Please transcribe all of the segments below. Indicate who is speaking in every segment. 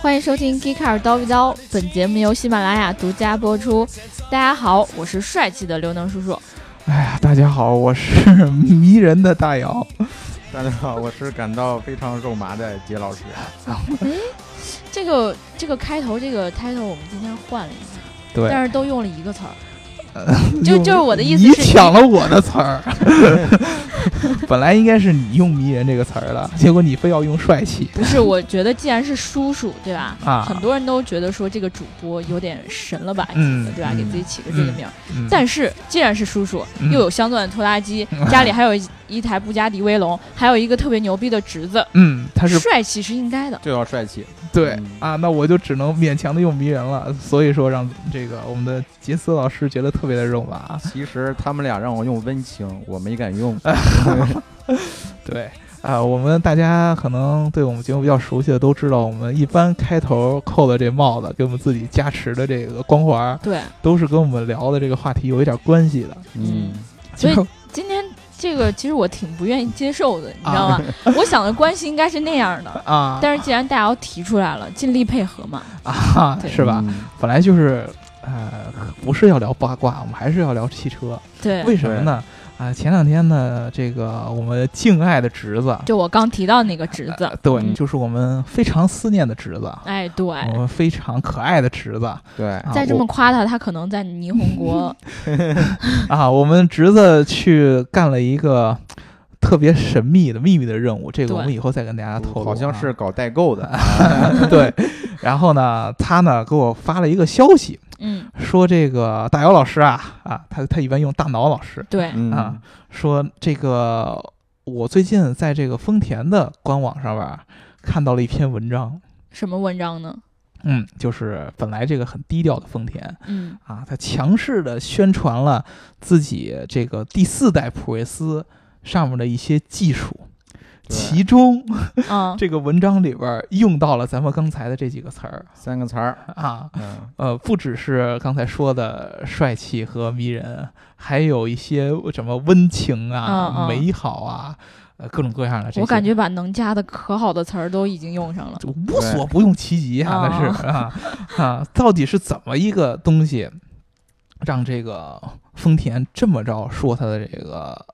Speaker 1: 欢迎收听《Geeker 叨逼叨》，本节目由喜马拉雅独家播出。大家好，我是帅气的刘能叔叔。
Speaker 2: 哎呀，大家好，我是迷人的大姚。
Speaker 3: 大家好，我是感到非常肉麻的杰老师。
Speaker 1: 这个这个开头这个 title 我们今天换了一下，
Speaker 2: 对，呃
Speaker 1: 但是都用了一个词儿。就
Speaker 2: 用
Speaker 1: 就是我的意思
Speaker 2: 你
Speaker 1: 是
Speaker 2: 抢了我的词儿。 本来应该是你用“迷人”这个词儿的，结果你非要用“帅气
Speaker 1: 不是，我觉得既然是叔叔，对吧？
Speaker 2: 啊
Speaker 1: 很多人都觉得说这个主播有点神了吧唧的，
Speaker 2: 嗯
Speaker 1: 对吧？
Speaker 2: 嗯
Speaker 1: 给自己起个这个名儿。”
Speaker 2: 嗯。
Speaker 1: 但是既然是叔叔，
Speaker 2: 嗯
Speaker 1: 又有镶钻的拖拉机，家里还有一一台布加迪威龙，还有一个特别牛逼的侄子，
Speaker 2: 嗯，他是
Speaker 1: 帅气是应该的。
Speaker 3: 就要帅气，
Speaker 2: 对
Speaker 3: 嗯
Speaker 2: 啊，那我就只能勉强的用迷人了，所以说让这个我们的杰斯老师觉得特别的肉麻啊。
Speaker 3: 其实他们俩让我用温情，我没敢用。
Speaker 2: 哎对啊，我们大家可能对我们节目比较熟悉的都知道，我们一般开头扣的这帽子，给我们自己加持的这个光环儿，
Speaker 1: 对，
Speaker 2: 都是跟我们聊的这个话题有一点关系的。
Speaker 3: 嗯，
Speaker 1: 所以
Speaker 2: 就
Speaker 1: 今天这个其实我挺不愿意接受的，你知道吗？ 我想的关系应该是那样的，
Speaker 2: 啊，
Speaker 1: 但是既然大姚提出来了，尽力配合嘛。
Speaker 2: 啊，
Speaker 1: 对
Speaker 2: 是吧？
Speaker 3: 嗯？
Speaker 2: 本来就是呃，不是要聊八卦，我们还是要聊汽车，
Speaker 1: 对，
Speaker 2: 为什么呢？啊、前两天呢，这个我们敬爱的侄子，呃
Speaker 1: 就我刚提到那个侄子，
Speaker 2: 对，
Speaker 1: 嗯
Speaker 2: 就是我们非常思念的侄子，
Speaker 1: 哎，对，
Speaker 2: 我们非常可爱的侄子。
Speaker 3: 对，
Speaker 2: 啊
Speaker 1: 再这么
Speaker 2: 我
Speaker 1: 夸他，他可能在霓虹 国
Speaker 2: 啊，我们侄子去干了一个特别神秘的秘密的任务，这个
Speaker 1: 对
Speaker 2: 我们以后再跟大家透露啊。
Speaker 3: 嗯好像是搞代购 的，嗯
Speaker 2: 对，然后呢，他呢给我发了一个消息，
Speaker 1: 嗯，
Speaker 2: 说这个大姚老师啊啊，他他一般用大脑老师，
Speaker 1: 对，
Speaker 3: 嗯
Speaker 2: 啊，说这个我最近在这个丰田的官网上边儿看到了一篇文章，
Speaker 1: 什么文章呢？
Speaker 2: 嗯，就是本来这个很低调的丰田
Speaker 1: 嗯，
Speaker 2: 啊，他强势的宣传了自己这个第四代普锐斯上面的一些技术。
Speaker 3: 对
Speaker 2: 其中，
Speaker 1: 啊，
Speaker 2: 这个文章里边儿用到了咱们刚才的这几个词儿
Speaker 3: 三个词儿，
Speaker 2: 啊，
Speaker 3: 嗯，
Speaker 2: 呃，不只是刚才说的帅气和迷人，还有一些什么温情啊、
Speaker 1: 嗯嗯
Speaker 2: 美好啊，呃，各种各样的这些，
Speaker 1: 我感觉把能加的可好的词儿都已经用上了。
Speaker 2: 就无所不用其极啊，那是啊啊，到底是怎么一个东西，让这个丰田这么着说它的这个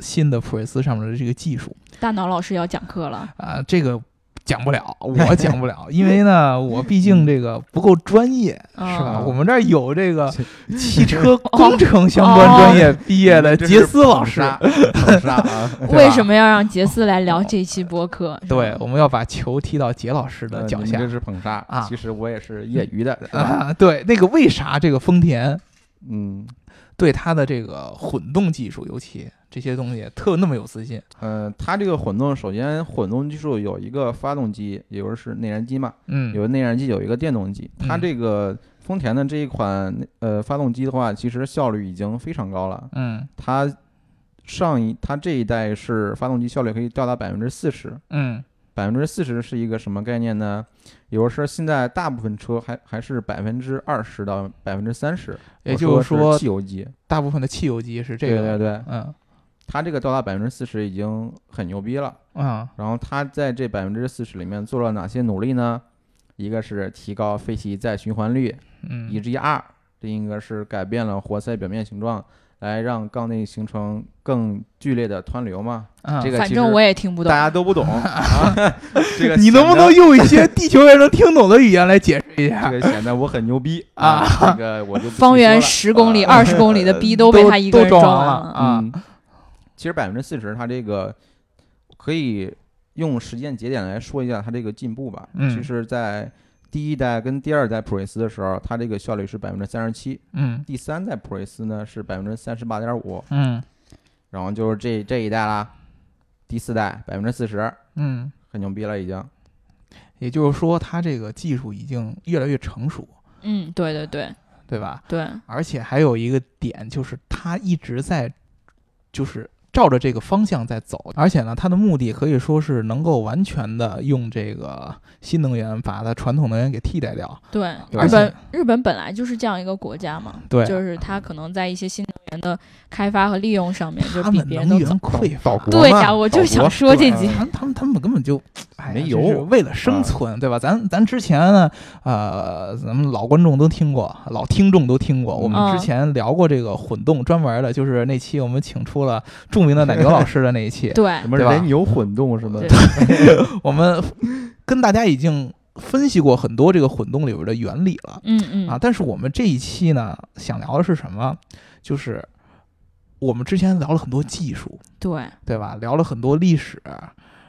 Speaker 2: 新的普锐斯上面的这个技术
Speaker 1: 大脑老师要讲课了，
Speaker 2: 啊，这个。讲不了，我讲不 了，因为呢，我毕竟这个不够专业，
Speaker 1: 啊
Speaker 2: 是吧？
Speaker 3: 嗯
Speaker 2: 我们这儿有这个
Speaker 3: 这
Speaker 2: 汽
Speaker 3: 哦
Speaker 2: 车工程相关专业毕业的杰斯老师，
Speaker 3: 好杀啊！
Speaker 2: 对吧
Speaker 1: 为什么要让杰斯来聊这期播客？是吧
Speaker 2: 对，，我们要把球踢到杰老师的
Speaker 3: 呃
Speaker 2: 脚
Speaker 3: 你
Speaker 2: 下
Speaker 3: 们这是捧杀
Speaker 2: 啊
Speaker 3: 其实我也是业余的，是吧？
Speaker 2: 啊！对，那个为啥这个丰田
Speaker 3: 嗯
Speaker 2: 对它的这个混动技术，尤其这些东西特那么有自信？
Speaker 3: 呃，它这个混动，首先混动技术有一个发动机，有的是内燃机嘛，有
Speaker 2: 嗯，
Speaker 3: 个内燃机，有一个电动机。它
Speaker 2: 嗯
Speaker 3: 这个丰田的这一款呃发动机的话，其实效率已经非常高了。
Speaker 2: 嗯
Speaker 3: 它上一它这一代是发动机效率可以到达百分之四十，
Speaker 2: 嗯
Speaker 3: 百分之四十是一个什么概念呢？有的时候现在大部分车还还是百分之二十到百分之三十，
Speaker 2: 也
Speaker 3: 我
Speaker 2: 就是
Speaker 3: 说的
Speaker 2: 说
Speaker 3: 汽油机。
Speaker 2: 大部分的汽油机是这
Speaker 3: 对
Speaker 2: 个，
Speaker 3: 对对，
Speaker 2: 嗯
Speaker 3: 它这个到达百分之四十已经很牛逼了。
Speaker 2: 啊
Speaker 3: 然后它在这百分之四十里面做了哪些努力呢？一个是提高废气再循环率，
Speaker 2: 嗯
Speaker 3: EGR，这应该是改变了活塞表面形状，来让缸内形成更剧烈的湍流嘛。
Speaker 2: 啊
Speaker 3: 这个
Speaker 1: 反
Speaker 3: 其
Speaker 1: 正
Speaker 3: 实
Speaker 1: 我也听不
Speaker 3: 大
Speaker 1: 懂。
Speaker 3: 家都不懂啊，这个
Speaker 2: 你能不能
Speaker 3: 显
Speaker 2: 用一些地球人能听懂的语言来解释一
Speaker 3: 得
Speaker 2: 下？
Speaker 3: 这个显得我很牛逼
Speaker 2: 啊？
Speaker 3: 这个我就不细
Speaker 1: 方圆
Speaker 3: 说了
Speaker 1: 十公里、
Speaker 3: 啊
Speaker 1: 二十公 里的逼都被他一个人
Speaker 2: 嗯都
Speaker 1: 装
Speaker 2: 都装完了
Speaker 1: 了。
Speaker 2: 啊
Speaker 3: 嗯，其实百分之四十，它这个可以用时间节点来说一下它这个进步吧。
Speaker 2: 嗯
Speaker 3: 其实，在第一代跟第二代普锐斯的时候，它这个效率是百分之三十七，
Speaker 2: 嗯
Speaker 3: 第三代普锐斯呢是百分之三十八点五，
Speaker 2: 嗯
Speaker 3: 然后就是这这一代啦，第四代百分之四十，
Speaker 2: 嗯，
Speaker 3: 很牛逼了已经。
Speaker 2: 也就是说，它这个技术已经越来越成熟，
Speaker 1: 嗯，对对对
Speaker 2: 对吧？
Speaker 1: 对，
Speaker 2: 而且还有一个点就是，它一直在就是照着这个方向在走，而且呢，它的目的可以说是能够完全的用这个新能源把它传统能源给替代掉。
Speaker 1: 对，
Speaker 3: 对
Speaker 1: 日
Speaker 2: 而
Speaker 1: 本
Speaker 2: 且
Speaker 1: 日本本来就是这样一个国家嘛，
Speaker 2: 对，
Speaker 1: 就是它可能在一些新能源的开发和利用上面就
Speaker 2: 他
Speaker 1: 比
Speaker 2: 们
Speaker 1: 别人
Speaker 2: 能
Speaker 1: 都
Speaker 2: 源
Speaker 1: 早。
Speaker 2: 匮
Speaker 3: 岛
Speaker 2: 乏，
Speaker 3: 国
Speaker 1: 对
Speaker 3: 嘛
Speaker 1: 呀，我
Speaker 3: 岛
Speaker 1: 就想
Speaker 3: 国
Speaker 1: 说这集
Speaker 3: 对啊
Speaker 2: 他们他们他们根本就哎呀
Speaker 3: 没啊
Speaker 2: 真
Speaker 3: 油
Speaker 2: 是为了生存，对吧？咱咱之前呢，呃，咱们老观众都听过，老听众都听过，我们
Speaker 1: 嗯，
Speaker 2: 之前聊过这个混动，专门的就是那期我们请出了著名的奶牛老师的那一期
Speaker 1: 对
Speaker 3: 什么
Speaker 2: 对吧
Speaker 3: 人油混动什么
Speaker 1: 对
Speaker 3: 的，
Speaker 2: 我们跟大家已经分析过很多这个混动里边的原理了
Speaker 1: 嗯嗯
Speaker 2: 啊，但是我们这一期呢，想聊的是什么？就是我们之前聊了很多技术，
Speaker 1: 对，
Speaker 2: 对吧？聊了很多历史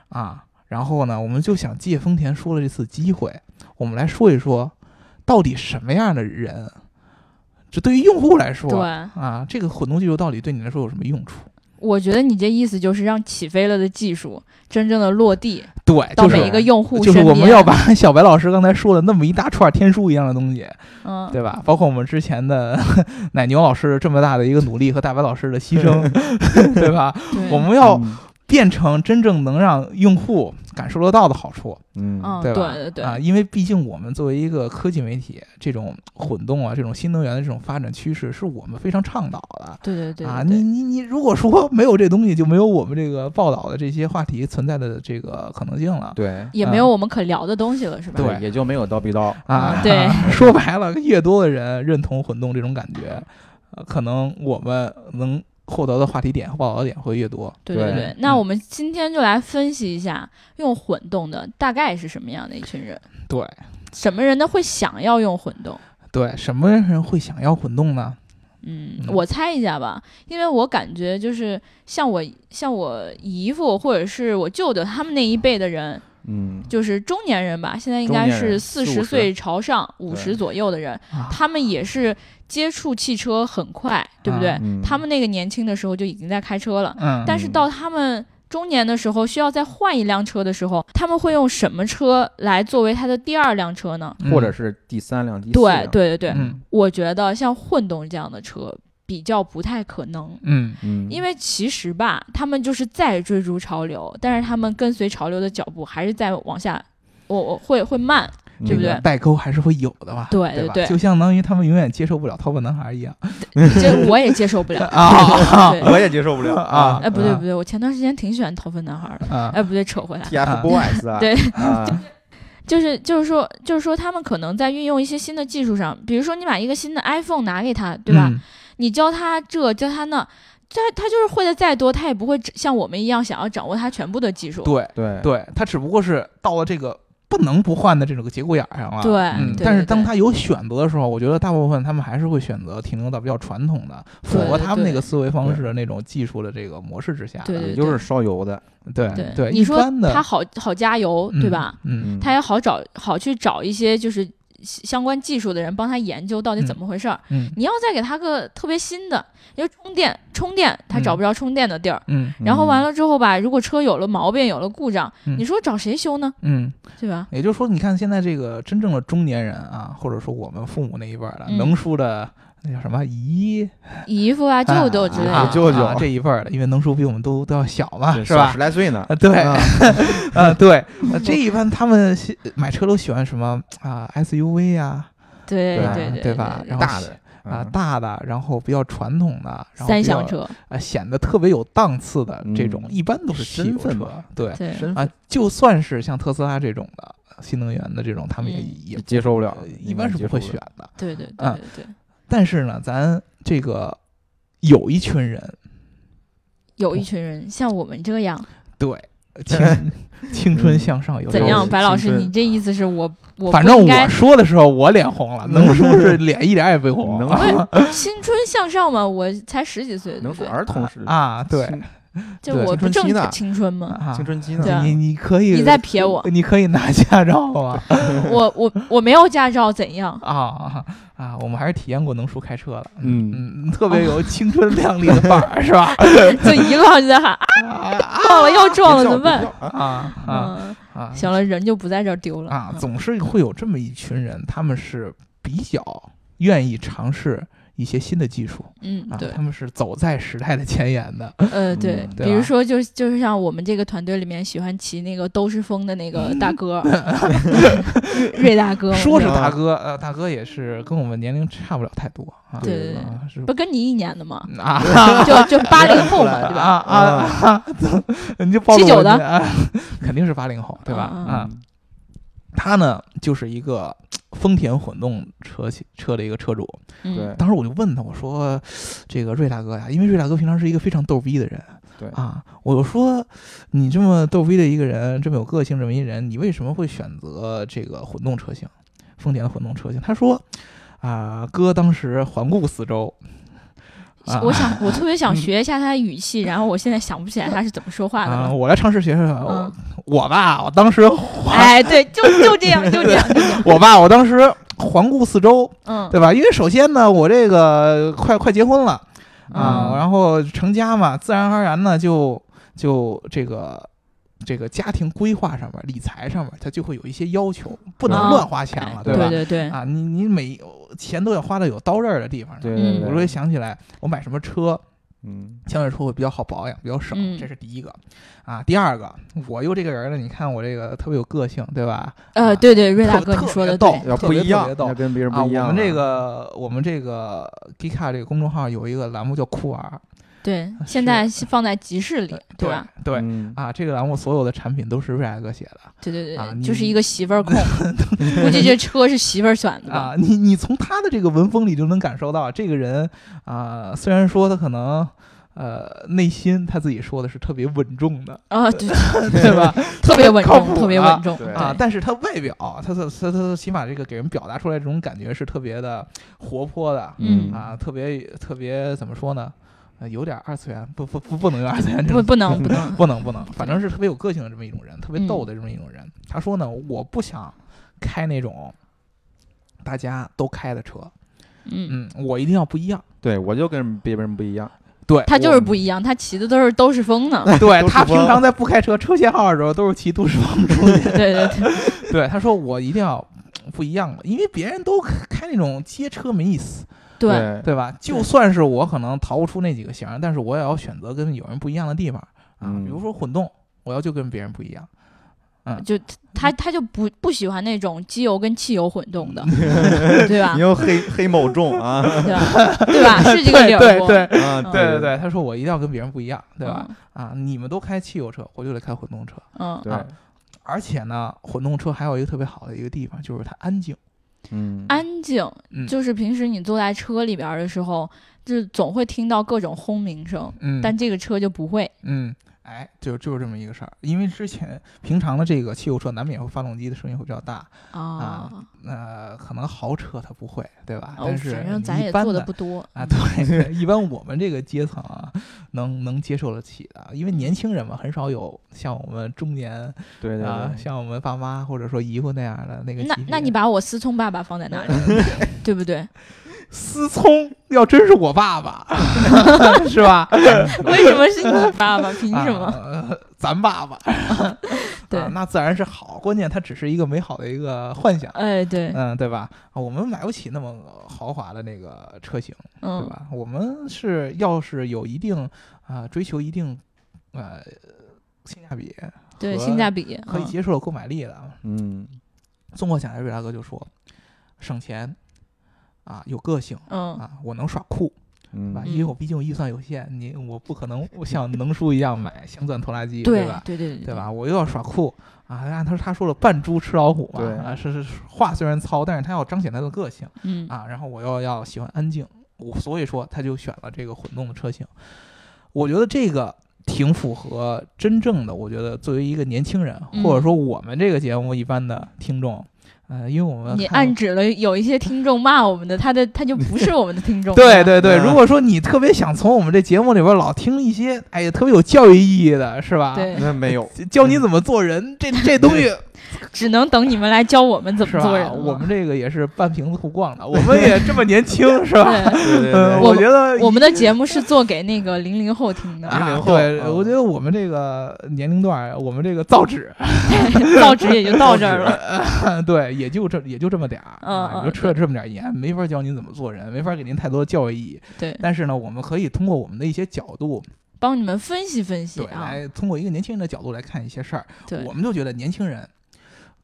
Speaker 2: 啊，然后呢，我们就想借丰田说的这次机会，我们来说一说，到底什么样的人，这对于用户来说，
Speaker 1: 对
Speaker 2: 啊，这个混动技术到底对你来说有什么用处？
Speaker 1: 我觉得你这意思就是让起飞了的技术真正的落地
Speaker 2: 对，
Speaker 1: 到
Speaker 2: 哎就
Speaker 1: 每
Speaker 2: 是
Speaker 1: 一个用户身
Speaker 2: 就是
Speaker 1: 边。
Speaker 2: 我们要把小白老师刚才说的那么一大串天书一样的东西，
Speaker 1: 嗯，
Speaker 2: 对吧？包括我们之前的 奶牛老师这么大的一个努力和大白老师的 牺牲，对吧？
Speaker 1: 对
Speaker 2: 我们要
Speaker 3: 嗯
Speaker 2: 变成真正能让用户感受得到的好处。
Speaker 1: 嗯
Speaker 3: 嗯，
Speaker 2: 对吧？
Speaker 1: 对对
Speaker 2: 啊，因为毕竟我们作为一个科技媒体，这种混动啊，这种新能源的这种发展趋势，是我们非常倡导的。
Speaker 1: 对对对
Speaker 2: 啊，
Speaker 1: 对
Speaker 2: 你你你，如果说没有这东西，就没有我们这个报道的这些话题存在的这个可能性了。
Speaker 3: 对
Speaker 1: 也没有我们可聊的东西了，是吧？
Speaker 2: 对
Speaker 3: 也就没有刀逼刀，
Speaker 2: 啊
Speaker 1: 啊，对
Speaker 2: 说白了，越多的人认同混动这种感觉，呃可能我们能获得的话题点、报道点会越多。
Speaker 1: 对对
Speaker 3: 对
Speaker 1: 对，那
Speaker 2: 嗯
Speaker 1: 我们今天就来分析一下，用混动的大概是什么样的一群人，
Speaker 2: 对
Speaker 1: 什么人呢会想要用混动？
Speaker 2: 对，什么人会想要混动呢？
Speaker 1: 嗯，
Speaker 2: 嗯
Speaker 1: 我猜一下吧，因为我感觉就是像我像我姨父或者是我舅舅他们那一辈的人，
Speaker 3: 嗯，
Speaker 1: 就是中年人吧，现在应
Speaker 3: 中
Speaker 1: 该
Speaker 3: 年
Speaker 1: 是
Speaker 3: 人
Speaker 1: 四
Speaker 3: 40
Speaker 1: 十岁朝上，五十
Speaker 3: 对
Speaker 1: 左右的人，
Speaker 2: 啊，
Speaker 1: 他们也是接触汽车很快，对不对？
Speaker 2: 啊
Speaker 3: 嗯
Speaker 1: 他们那个年轻的时候就已经在开车了，
Speaker 2: 嗯，
Speaker 1: 但是到他们中年的时候，需要再换一辆车的时候，他们会用什么车来作为他的第二辆车呢？
Speaker 2: 嗯
Speaker 3: 或者是第三辆、第四
Speaker 1: 对
Speaker 3: 辆，
Speaker 1: 对对对，
Speaker 2: 嗯
Speaker 1: 我觉得像混动这样的车比较不太可能。
Speaker 2: 嗯
Speaker 3: 嗯，
Speaker 1: 因
Speaker 3: 为
Speaker 1: 为其实吧，他们就是在追逐潮流，但是他们跟随潮流的脚步还是在往下，我我会会 慢，
Speaker 3: 嗯
Speaker 1: 对不
Speaker 2: 这
Speaker 1: 对
Speaker 2: 个代沟还是会有的吧？
Speaker 1: 对
Speaker 2: 对吧
Speaker 1: 对对
Speaker 2: 就相当于他们永远接受不了淘宝男孩一样
Speaker 1: 这我也接受不了。
Speaker 2: 啊
Speaker 1: 对，
Speaker 3: 我也接受不 了
Speaker 2: 啊
Speaker 1: 哎不对
Speaker 2: 啊
Speaker 1: 不对，我前段时间挺喜欢掏粪男孩的，
Speaker 2: 啊
Speaker 1: 哎不对，扯回来，
Speaker 3: ，TFBOYS 啊，
Speaker 1: 对
Speaker 3: 啊，
Speaker 1: 就是就是说就是说他们可能在运用一些新的技术上，比如说你把一个新的 iPhone 拿给他，对吧？
Speaker 2: 嗯
Speaker 1: 你教他这教他那，他他就是会的再多，他也不会像我们一样想要掌握他全部的技术。
Speaker 2: 对
Speaker 3: 对，
Speaker 2: 对，他只不过是到了这个不能不换的这种节骨眼儿上了。
Speaker 1: 对
Speaker 2: 嗯，
Speaker 1: 对
Speaker 2: 但是
Speaker 1: 对
Speaker 2: 当他有选择的时候，我觉得大部分他们还是会选择停留到比较传统的，符合
Speaker 1: 对
Speaker 2: 他们
Speaker 1: 对
Speaker 2: 那个思维方式的那种技术的这个模式之下。
Speaker 1: 对对
Speaker 3: 也就是烧油的，
Speaker 2: 对
Speaker 1: 对
Speaker 2: 对，
Speaker 1: 你
Speaker 2: 一
Speaker 1: 说
Speaker 2: 般的
Speaker 1: 他好好加油，对吧？？
Speaker 2: 嗯，嗯
Speaker 1: 他也好找好去找一些就是相关技术的人帮他研究到底怎么回事儿。
Speaker 2: 嗯
Speaker 1: 你要再给他个特别新的，因为充电充电他
Speaker 2: 嗯
Speaker 1: 找不着充电的地儿，
Speaker 2: 嗯
Speaker 3: 嗯
Speaker 1: 然后完了之后吧，如果车有了毛病有了故障，
Speaker 2: 嗯
Speaker 1: 你说找谁修呢？
Speaker 2: 嗯，
Speaker 1: 对吧？
Speaker 2: 也就是说，你看现在这个真正的中年人啊，或者说我们父母那一辈儿的，
Speaker 1: 嗯
Speaker 2: 能叔的那叫什么姨
Speaker 1: 姨父啊、舅舅之类
Speaker 2: 啊
Speaker 1: 的
Speaker 3: 啊，舅舅
Speaker 2: 啊这一辈儿的，因为能叔比我们都都要小嘛，
Speaker 3: 对
Speaker 2: 是
Speaker 3: 嗯小
Speaker 2: 吧
Speaker 3: 十？来岁呢
Speaker 2: 啊，，对，
Speaker 3: 啊
Speaker 2: 啊，对，
Speaker 1: 嗯
Speaker 2: 呃 这一般他们喜买车都喜欢什么啊？SUV 啊，
Speaker 1: 对
Speaker 3: 对
Speaker 1: 对
Speaker 2: 对吧然后
Speaker 3: 大的嗯
Speaker 2: 啊，大的，然后比较传统的，然后
Speaker 1: 三
Speaker 2: 比较
Speaker 1: 厢，车，
Speaker 2: 啊，显得特别有档次的这种，
Speaker 3: 嗯
Speaker 2: 一般都是汽
Speaker 3: 身
Speaker 2: 油
Speaker 3: 份
Speaker 2: 车
Speaker 3: 吧，
Speaker 2: 对
Speaker 1: 对
Speaker 3: 身
Speaker 2: 啊，就算是像特斯拉这种的新能源的这种，他们也
Speaker 1: 嗯
Speaker 2: 也
Speaker 3: 接受不了
Speaker 2: 呃，一般是不会选的。
Speaker 1: 对对对
Speaker 2: 啊
Speaker 1: 对对，
Speaker 2: 但是呢，咱这个有一群人，
Speaker 1: 有一群人像我们这样，
Speaker 2: 对， 青青
Speaker 3: 嗯
Speaker 2: 春向上有
Speaker 1: 怎
Speaker 2: 朝
Speaker 1: 样？
Speaker 2: 一
Speaker 1: 白老师，
Speaker 3: 青春
Speaker 1: 你这意思是我我
Speaker 2: 反
Speaker 1: 不
Speaker 2: 正
Speaker 1: 应该
Speaker 2: 我说的时候，我脸红了，能叔是脸一点也不红，
Speaker 3: 能
Speaker 1: 青春向上嘛？我才十几岁，
Speaker 3: 能
Speaker 1: 对不对
Speaker 3: 儿童时，
Speaker 2: 啊，对
Speaker 1: 就
Speaker 2: 对
Speaker 1: 我
Speaker 3: 青
Speaker 1: 不
Speaker 3: 春
Speaker 1: 正
Speaker 3: 期呢
Speaker 1: 青春吗？
Speaker 2: 啊
Speaker 3: 青，春期
Speaker 1: 对
Speaker 3: 呢，
Speaker 1: 啊
Speaker 2: 你你可以，
Speaker 1: 你在撇我，
Speaker 2: 你可以拿驾照啊 吗？
Speaker 1: 我我我没有驾照，怎 样？
Speaker 2: 啊啊，我们还是体验过能叔开车的，
Speaker 3: 嗯，
Speaker 2: 嗯，特别有青春靓丽的范儿，是吧？
Speaker 1: 就一路上就在喊啊
Speaker 2: 啊
Speaker 1: 撞了又撞了，怎
Speaker 3: 别叫
Speaker 1: 么办？？
Speaker 3: 别叫啊
Speaker 2: 啊啊
Speaker 1: 嗯，
Speaker 2: 啊！
Speaker 1: 行了，人就不在这儿丢了
Speaker 2: 啊，总是会有这么一群人，他们是比较愿意尝试一些新的技术
Speaker 1: 嗯，
Speaker 2: 啊
Speaker 1: 对，，
Speaker 2: 他们是走在时代的前沿的。
Speaker 1: 呃，对
Speaker 3: 嗯，
Speaker 2: 对
Speaker 1: 比
Speaker 2: 吧
Speaker 1: 如说就是就是像我们这个团队里面喜欢骑那个都是风的那个大 哥，瑞瑞大哥嘛，
Speaker 2: 嗯说是
Speaker 1: 对吧
Speaker 2: 大哥，呃，大哥也是跟我们年龄差不了太多啊。
Speaker 1: 对对对
Speaker 2: 啊是
Speaker 1: 不跟你一年的嘛，
Speaker 2: 啊
Speaker 1: 就就八零后 嘛，对吧？
Speaker 2: 啊啊啊！ 你就暴露
Speaker 1: 七九
Speaker 2: 我
Speaker 1: 的
Speaker 2: 年啊， 肯定是八零后，对吧？
Speaker 1: 嗯嗯
Speaker 2: 啊，他呢就是一个丰田混动车企车的一个车主。
Speaker 1: 嗯，
Speaker 3: 对
Speaker 2: 当时我就问他，我说这个瑞大哥呀，因为瑞大哥平常是一个非常逗逼的人，
Speaker 3: 对
Speaker 2: 啊，我就说你这么逗逼的一个人，这么有个性这么一人，你为什么会选择这个混动车型，丰田的混动车型？他说。啊，哥当时环顾四周，啊
Speaker 1: 我想我特别想学一下他的语气，然后我现在想不起来他是怎么说话的
Speaker 2: 啊，
Speaker 1: 了。
Speaker 2: 我来尝试学学。我
Speaker 1: 嗯，
Speaker 2: 我吧，我当时环
Speaker 1: 哎，对，就就这样，就这样，就这 样。
Speaker 2: 我吧，我当时环顾四周，
Speaker 1: 嗯
Speaker 2: 对吧？因为首先呢，我这个快快结婚了啊，
Speaker 3: 嗯
Speaker 2: 然后成家嘛，自然而然呢就就这个。这个家庭规划上面、理财上面，它就会有一些要求，不能
Speaker 1: 啊
Speaker 2: 乱花钱了，
Speaker 1: 对
Speaker 2: 吧？
Speaker 1: 对对，
Speaker 2: 啊，你你每钱都要花到有刀刃儿的地方。
Speaker 3: 对
Speaker 1: 嗯
Speaker 3: 对
Speaker 2: 我
Speaker 3: 对，
Speaker 2: 就会想起来，我买什么车，
Speaker 3: 嗯
Speaker 2: 相对来说会比较好保养，比较省，
Speaker 1: 嗯
Speaker 2: 这是第一个。啊，第二个，我又这个人呢，你看我这个特别有个性，对吧？
Speaker 1: 呃，
Speaker 2: 啊
Speaker 1: 对对，瑞大
Speaker 2: 特
Speaker 1: 哥你
Speaker 2: 特
Speaker 1: 说
Speaker 2: 别
Speaker 1: 的
Speaker 2: 逗
Speaker 1: 对，
Speaker 3: 要
Speaker 2: 特
Speaker 3: 不
Speaker 2: 别
Speaker 3: 一样
Speaker 2: 特别，逗
Speaker 3: 要跟别人
Speaker 2: 啊，
Speaker 3: 不
Speaker 2: 我
Speaker 3: 一样啊。
Speaker 2: 们这个我们这个 Gika 这个公众号有一个栏目叫酷玩，
Speaker 1: 对，现在是放在集市里，对吧？
Speaker 2: 对。
Speaker 3: 嗯
Speaker 2: 啊，这个栏目所有的产品都是瑞艾哥写的
Speaker 1: 对对
Speaker 2: 啊
Speaker 1: 对，
Speaker 2: 你
Speaker 1: 就是一个媳妇儿 控，估计这车是媳妇儿选的吧？
Speaker 2: 啊，你你从他的这个文风里就能感受到，这个人啊，虽然说他可能呃内心他自己说的是特别稳 重的，
Speaker 1: 啊，对，
Speaker 2: 对吧？
Speaker 1: 特别稳
Speaker 2: 靠谱
Speaker 1: 重，特别稳重，
Speaker 3: 对
Speaker 2: 啊，但是他外表，他他他他起码这个给人表达出来这种感觉是特别的活泼的，
Speaker 1: 嗯
Speaker 2: 啊，特别特别怎么说呢？呃有点二次元，不不不不能用二次元
Speaker 1: 不
Speaker 2: 这种
Speaker 1: 不能不能，
Speaker 2: 不能不能，反正是特别有个性的这么一种人，特别
Speaker 1: 嗯
Speaker 2: 逗的这么一种人。他说呢，我不想开那种大家都开的车，
Speaker 1: 嗯，
Speaker 2: 嗯，我一定要不一样。
Speaker 3: 对我就跟别人不一样。
Speaker 2: 对，
Speaker 1: 他就是
Speaker 2: 我
Speaker 1: 不一样，他骑的都是都是风 呢，
Speaker 2: 对
Speaker 3: 都是
Speaker 2: 他平
Speaker 3: 弯
Speaker 2: 常在不开车车限号的时候都是骑都市风 出去。
Speaker 1: 对对对，
Speaker 2: 对，他说我一定要不一样了，因为别人都开那种街车没意思，
Speaker 1: 对，
Speaker 2: 对吧？就
Speaker 1: 对
Speaker 2: 算是我可能逃不出那几个型儿，但是我也要选择跟有人不一样的地方啊，
Speaker 3: 嗯
Speaker 2: 比如说混动，我要就跟别人不一样。
Speaker 1: 就他他就不不喜欢那种机油跟汽油混动的，
Speaker 2: 嗯
Speaker 1: 对吧
Speaker 4: 你？又黑黑某众啊
Speaker 1: 对吧？对吧？是这个理儿
Speaker 2: 对对
Speaker 1: 不？
Speaker 2: 对
Speaker 4: 啊！
Speaker 1: 嗯
Speaker 2: 对对对，他说我一定要跟别人不一样，对吧？
Speaker 1: 嗯？
Speaker 2: 啊，你们都开汽油车，我就得开混动车。
Speaker 1: 嗯，
Speaker 3: 对
Speaker 2: 啊，而且呢，混动车还有一个特别好的一个地方，就是它安静。
Speaker 3: 嗯，
Speaker 1: 安静
Speaker 2: 嗯，
Speaker 1: 就是平时你坐在车里边儿的时候，就总会听到各种轰鸣声，
Speaker 2: 嗯，
Speaker 1: 但这个车就不会。
Speaker 2: 嗯，哎，就就是这么一个事儿。因为之前平常的这个汽油车难免会发动机的声音会比较大，
Speaker 1: 啊，
Speaker 2: 呃，可能豪车它不会，对吧？
Speaker 1: 哦
Speaker 2: 但，是
Speaker 1: 反正咱
Speaker 2: 一
Speaker 1: 也
Speaker 2: 般
Speaker 1: 做的
Speaker 2: 的
Speaker 1: 不多
Speaker 2: 啊，
Speaker 3: 嗯
Speaker 2: 对， 一般我们这个阶层啊，能能接受得起的，因为年轻人嘛，很少有像我们中年
Speaker 3: 对对
Speaker 2: 啊，
Speaker 3: 对，
Speaker 2: 像我们爸妈或者说姨夫那样的那个级
Speaker 1: 那
Speaker 2: 别。
Speaker 1: 那你把我思聪爸爸放在哪里， 对不对？
Speaker 2: 思聪要真是我爸爸， 是吧？
Speaker 1: 为什么是你爸爸？ 凭什么？
Speaker 2: 啊呃咱爸爸，
Speaker 1: 对
Speaker 2: 啊，那自然是好。关键他只是一个美好的一个幻想，
Speaker 1: 哎，对，
Speaker 2: 嗯，对吧？啊我们买不起那么豪华的那个车型，对
Speaker 1: 嗯，
Speaker 2: 吧？我们是要是有一定啊、追求一定呃性价比
Speaker 1: 对，
Speaker 2: 和
Speaker 1: 性价比嗯
Speaker 2: 可以接受的购买力的，
Speaker 3: 嗯
Speaker 2: 综合起来，瑞大哥就说省钱啊，有个性
Speaker 1: 嗯，
Speaker 2: 啊，我能耍酷。
Speaker 3: 嗯
Speaker 2: 吧，
Speaker 1: 嗯
Speaker 2: 因为我毕竟预算有限，你我不可能像能叔一样买镶钻拖拉机，
Speaker 1: 对
Speaker 2: 吧？
Speaker 1: 对对对
Speaker 2: 对？吧？我又要耍酷啊！按他他说了，扮猪吃老虎嘛，
Speaker 3: 对
Speaker 2: 啊，是是是话虽然糙，但是他要彰显他的个性
Speaker 1: 嗯
Speaker 2: 啊。然后我又要喜欢安静，我所以说他就选了这个混动的车型。我觉得这个挺符合真正的，我觉得作为一个年轻人，
Speaker 1: 嗯
Speaker 2: 或者说我们这个节目一般的听众，呃，因为我们
Speaker 1: 你
Speaker 2: 看
Speaker 1: 暗指了有一些听众骂我们的，他的他就不是我们的听众。
Speaker 2: 对对对，
Speaker 3: 嗯
Speaker 2: 如果说你特别想从我们这节目里边老听一些，哎呀，特别有教育意义的，是吧？
Speaker 1: 对，
Speaker 4: 那没有，
Speaker 2: 教你怎么做人，这这东西
Speaker 1: 只能等你们来教我们 怎
Speaker 2: 是
Speaker 1: 么做人啊
Speaker 2: 吧？
Speaker 1: 了。
Speaker 2: 我们这个也是半瓶子不逛了，我们也这么年轻，是 吧？
Speaker 1: 对，
Speaker 4: 对对
Speaker 2: 嗯，
Speaker 4: 对，
Speaker 1: 我
Speaker 2: 觉 得
Speaker 1: 我们的节目是做给那个零零后听的，
Speaker 2: 啊，
Speaker 4: 00后
Speaker 2: 对，
Speaker 4: 嗯
Speaker 2: 我觉得我们这个年龄段儿，我们这个 造纸， 嗯
Speaker 1: 到职也就到这儿了。
Speaker 2: 对，也就这也就这么点儿，
Speaker 1: 嗯
Speaker 2: 啊
Speaker 1: 嗯
Speaker 2: 你说吃了这么点儿盐，没法教您怎么做人，没法给您太多的教育意义。
Speaker 1: 对，
Speaker 2: 但是呢，我们可以通过我们的一些角度，
Speaker 1: 帮你们分析分析
Speaker 2: 对，
Speaker 1: 啊。
Speaker 2: 来通过一个年轻人的角度来看一些事儿。
Speaker 1: 对
Speaker 2: 我，们就觉得年轻人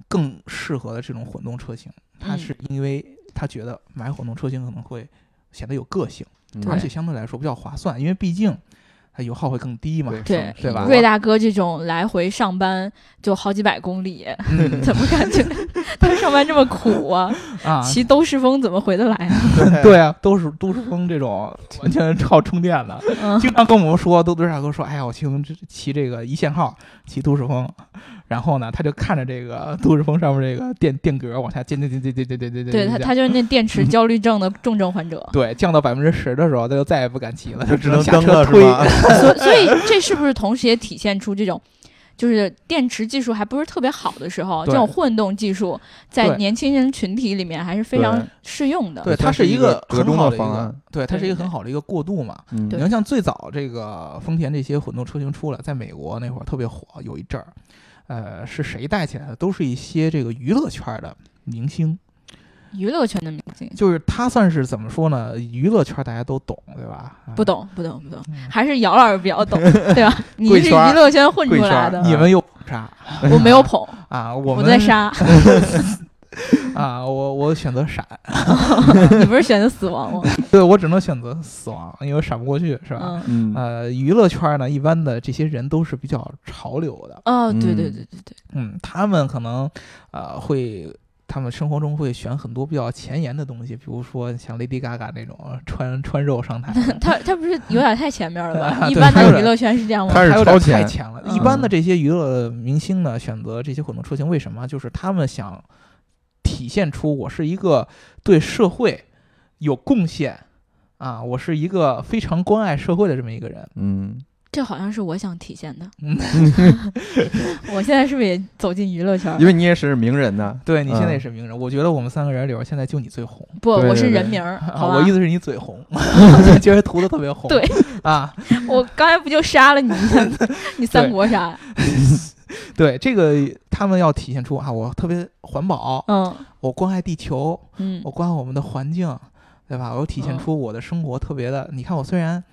Speaker 2: 更适合的这种混动车型，他
Speaker 1: 嗯
Speaker 2: 是因为他觉得买混动车型可能会显得有个性，
Speaker 3: 嗯
Speaker 1: 对
Speaker 2: 而且相对来说比较划算，因为毕竟它油耗会更低嘛。
Speaker 1: 对
Speaker 2: 对吧
Speaker 1: 瑞大哥这种来回上班就好几百公里，
Speaker 2: 嗯
Speaker 1: 怎么感觉他上班这么苦啊？
Speaker 2: 啊，
Speaker 1: 骑兜式风怎么回得来 啊？
Speaker 4: 哎
Speaker 2: 对啊，都是都市风这种完全靠充电 的，
Speaker 1: 嗯
Speaker 2: 经常跟我们说，都对大哥说，哎呀，我骑这骑这个一线号，骑都市风，然后呢，他就看着这个 都市风上面这个电电格往下降，降降降降降降降降，，
Speaker 1: 对他，他就是那电池焦虑症的重症患者
Speaker 2: 对降到百分之十的时候，他就再也不敢骑了，
Speaker 4: 就只
Speaker 2: 只
Speaker 4: 能
Speaker 2: 下
Speaker 4: 蹬
Speaker 2: 车
Speaker 4: 了是
Speaker 2: 推。
Speaker 4: 吧？
Speaker 1: 所所以这是不是同时也体现出这种，就是电池技术还不是特别好的时候，这
Speaker 2: 对
Speaker 1: 种混动技术在
Speaker 2: 对
Speaker 1: 年轻人群体里面还是非常
Speaker 3: 对
Speaker 1: 适用的。
Speaker 2: 对，它
Speaker 3: 算是
Speaker 2: 一
Speaker 3: 一个
Speaker 2: 个
Speaker 3: 折
Speaker 2: 很
Speaker 3: 中
Speaker 2: 好
Speaker 3: 的
Speaker 2: 的一
Speaker 3: 方
Speaker 2: 个
Speaker 4: 啊
Speaker 3: 案，
Speaker 2: 对，它是一个
Speaker 1: 对
Speaker 2: 很好的一个过渡嘛。
Speaker 3: 嗯
Speaker 2: 你要像最早这个丰田这些混动车型出来，在美国那会儿特别火，有一阵儿，呃，是谁带起来的？都是一些这个娱乐圈的明星，
Speaker 1: 娱乐圈的明星
Speaker 2: 就是他算是怎么说呢？娱乐圈大家都懂，对吧？啊
Speaker 1: 不，懂，不懂，不懂，
Speaker 2: 嗯
Speaker 1: 还是姚老师比 较懂，对吧？你
Speaker 2: 贵
Speaker 1: 是娱
Speaker 2: 圈儿
Speaker 1: 乐圈混出
Speaker 4: 贵圈
Speaker 1: 来
Speaker 4: 儿
Speaker 1: 的，
Speaker 2: 你们又啥
Speaker 1: 我 没有捧，
Speaker 2: 啊？我
Speaker 1: 我
Speaker 2: 们
Speaker 1: 在杀，
Speaker 2: 啊，我我选择闪，
Speaker 1: 你不是选择死亡吗？
Speaker 2: 对我只能选择死亡，因为闪不过去，是吧？
Speaker 1: 嗯，
Speaker 3: 嗯
Speaker 2: 呃，娱乐圈呢，一般的这些人都是比较潮流的，
Speaker 1: 哦，对对
Speaker 3: 嗯
Speaker 1: 对对对，
Speaker 2: 嗯，他们可能呃会，他们生活中会选很多比较前沿的东西，比如说像 Lady Gaga 那种穿穿肉 上台的，
Speaker 1: 他他不是有点太前面了吧？
Speaker 2: 对
Speaker 1: 一般
Speaker 2: 他有
Speaker 1: 的
Speaker 2: 点
Speaker 1: 娱乐圈是这样吗
Speaker 3: 他？是
Speaker 2: 还有
Speaker 3: 超
Speaker 2: 点太
Speaker 3: 前
Speaker 2: 前了。
Speaker 1: 嗯
Speaker 2: 一般的这些娱乐明星呢，选择这些混动车型，为什么？就是他们想体现出我是一个对社会有贡献啊，我是一个非常关爱社会的这么一个人。
Speaker 3: 嗯，
Speaker 1: 这好像是我想体现的
Speaker 2: 嗯。
Speaker 1: 我现在是不是也走进娱乐圈了
Speaker 3: 因？为你也是名人呐，
Speaker 2: 对你现在也
Speaker 3: 嗯
Speaker 2: 是名人，我觉得我们三个人里边，现在就你最红。
Speaker 1: 不，
Speaker 3: 对
Speaker 1: 我
Speaker 3: 对
Speaker 1: 是
Speaker 3: 对
Speaker 1: 人名儿，
Speaker 2: 啊，
Speaker 1: 好吧
Speaker 2: 我意思是你 嘴红，今儿涂的特别红。
Speaker 1: 对
Speaker 2: 啊，
Speaker 1: 我刚才不就杀了你一 下子，你三
Speaker 2: 对
Speaker 1: 国杀呀？
Speaker 2: 对这个，他们要体现出啊，我特别环保，
Speaker 1: 嗯
Speaker 2: 我关爱地球，
Speaker 1: 嗯
Speaker 2: 我关爱我们的环境，对吧？我又体现
Speaker 1: 嗯
Speaker 2: 出我的生活特别的。你看，我虽然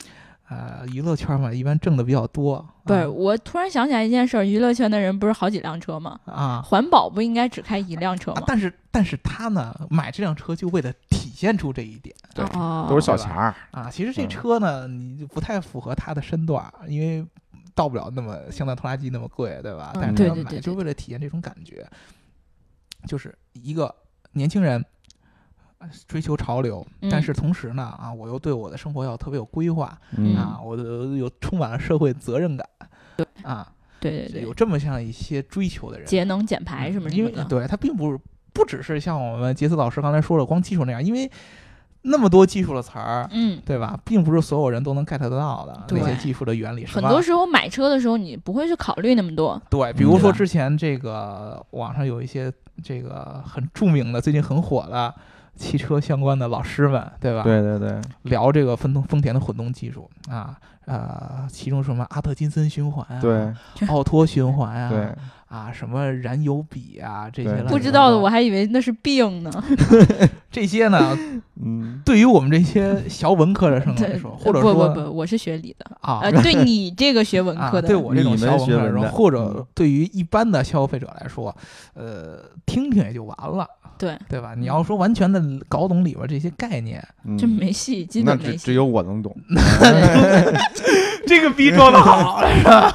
Speaker 2: 呃娱乐圈嘛，一般挣的比较多，
Speaker 1: 不是，
Speaker 2: 啊
Speaker 1: 我突然想起来一件事儿，娱乐圈的人不是好几辆车吗？
Speaker 2: 啊
Speaker 1: 环保不应该只开一辆车
Speaker 2: 啊
Speaker 1: 吗？
Speaker 2: 但是但是他呢，买这辆车就为了体现出这一点
Speaker 3: 对
Speaker 1: 哦，
Speaker 3: 都是小钱儿，
Speaker 2: 啊。其实这
Speaker 3: 嗯
Speaker 2: 车呢，你就不太符合他的身段，因为。到不了那么相当拖拉机那么贵，对吧？
Speaker 1: 嗯
Speaker 2: 但
Speaker 3: 对
Speaker 2: 是他
Speaker 1: 对对
Speaker 2: 买
Speaker 1: 对
Speaker 2: 就是
Speaker 1: 对
Speaker 2: 为了体验这种感觉，就是一个年轻人呃追求潮流，但
Speaker 1: 嗯
Speaker 2: 是同时呢，啊，我又对我的生活要特别有规划，
Speaker 1: 嗯
Speaker 2: 啊，我的有充满了社会责任感，
Speaker 1: 对
Speaker 2: 啊，
Speaker 1: 对对
Speaker 2: 有
Speaker 1: 对，
Speaker 2: 这么像一些追求的人，嗯
Speaker 1: 节能减排什么什
Speaker 2: 因
Speaker 1: 么
Speaker 2: 为
Speaker 1: 的，
Speaker 2: 对他并不不只是像我们杰斯老师刚才说的光技术那样，因为那么多技术的词儿。
Speaker 1: 嗯。
Speaker 2: 对吧？并不是所有人都能 get 得到的那些
Speaker 1: 对
Speaker 2: 技术的原理，什
Speaker 1: 很
Speaker 2: 么
Speaker 1: 多时候买车的时候，你不会去考虑那么多，
Speaker 2: 对，比
Speaker 3: 嗯
Speaker 2: 如
Speaker 3: 对
Speaker 2: 说
Speaker 1: 吧
Speaker 2: 之前这个网上有一些这个很著名的、最近很火的汽车相关的老师们，对吧？
Speaker 3: 对对对，
Speaker 2: 聊这个丰田丰田的混动技术啊，呃，其中什么阿特金森循环啊，
Speaker 3: 对
Speaker 2: 奥托循环啊，
Speaker 3: 对，
Speaker 2: 啊，什么燃油比啊，这些
Speaker 3: 对
Speaker 2: 乱七八糟
Speaker 1: 不知道的我还以为那是病呢。
Speaker 2: 这些呢，
Speaker 3: 嗯，
Speaker 2: 对于我们这些小文科的生来
Speaker 1: 对，
Speaker 2: 说，或者
Speaker 1: 不
Speaker 2: 说
Speaker 1: 不不，我是学理的，
Speaker 2: 啊
Speaker 1: 呃，对你这个学文科
Speaker 2: 啊，
Speaker 1: 的，
Speaker 2: 对我这种
Speaker 3: 你们
Speaker 2: 小文科
Speaker 3: 学
Speaker 2: 来
Speaker 3: 文
Speaker 2: 说，
Speaker 3: 的
Speaker 2: 或者
Speaker 3: 嗯
Speaker 2: 对于一般的消费者来说，呃，听听也就完了，
Speaker 1: 对嗯
Speaker 2: 对吧？你要说完全的搞懂里边这些概念，
Speaker 3: 嗯
Speaker 1: 真没戏，基
Speaker 3: 那
Speaker 1: 本没
Speaker 3: 只
Speaker 1: 戏
Speaker 3: 只。有我 能懂，
Speaker 2: 这个逼装的好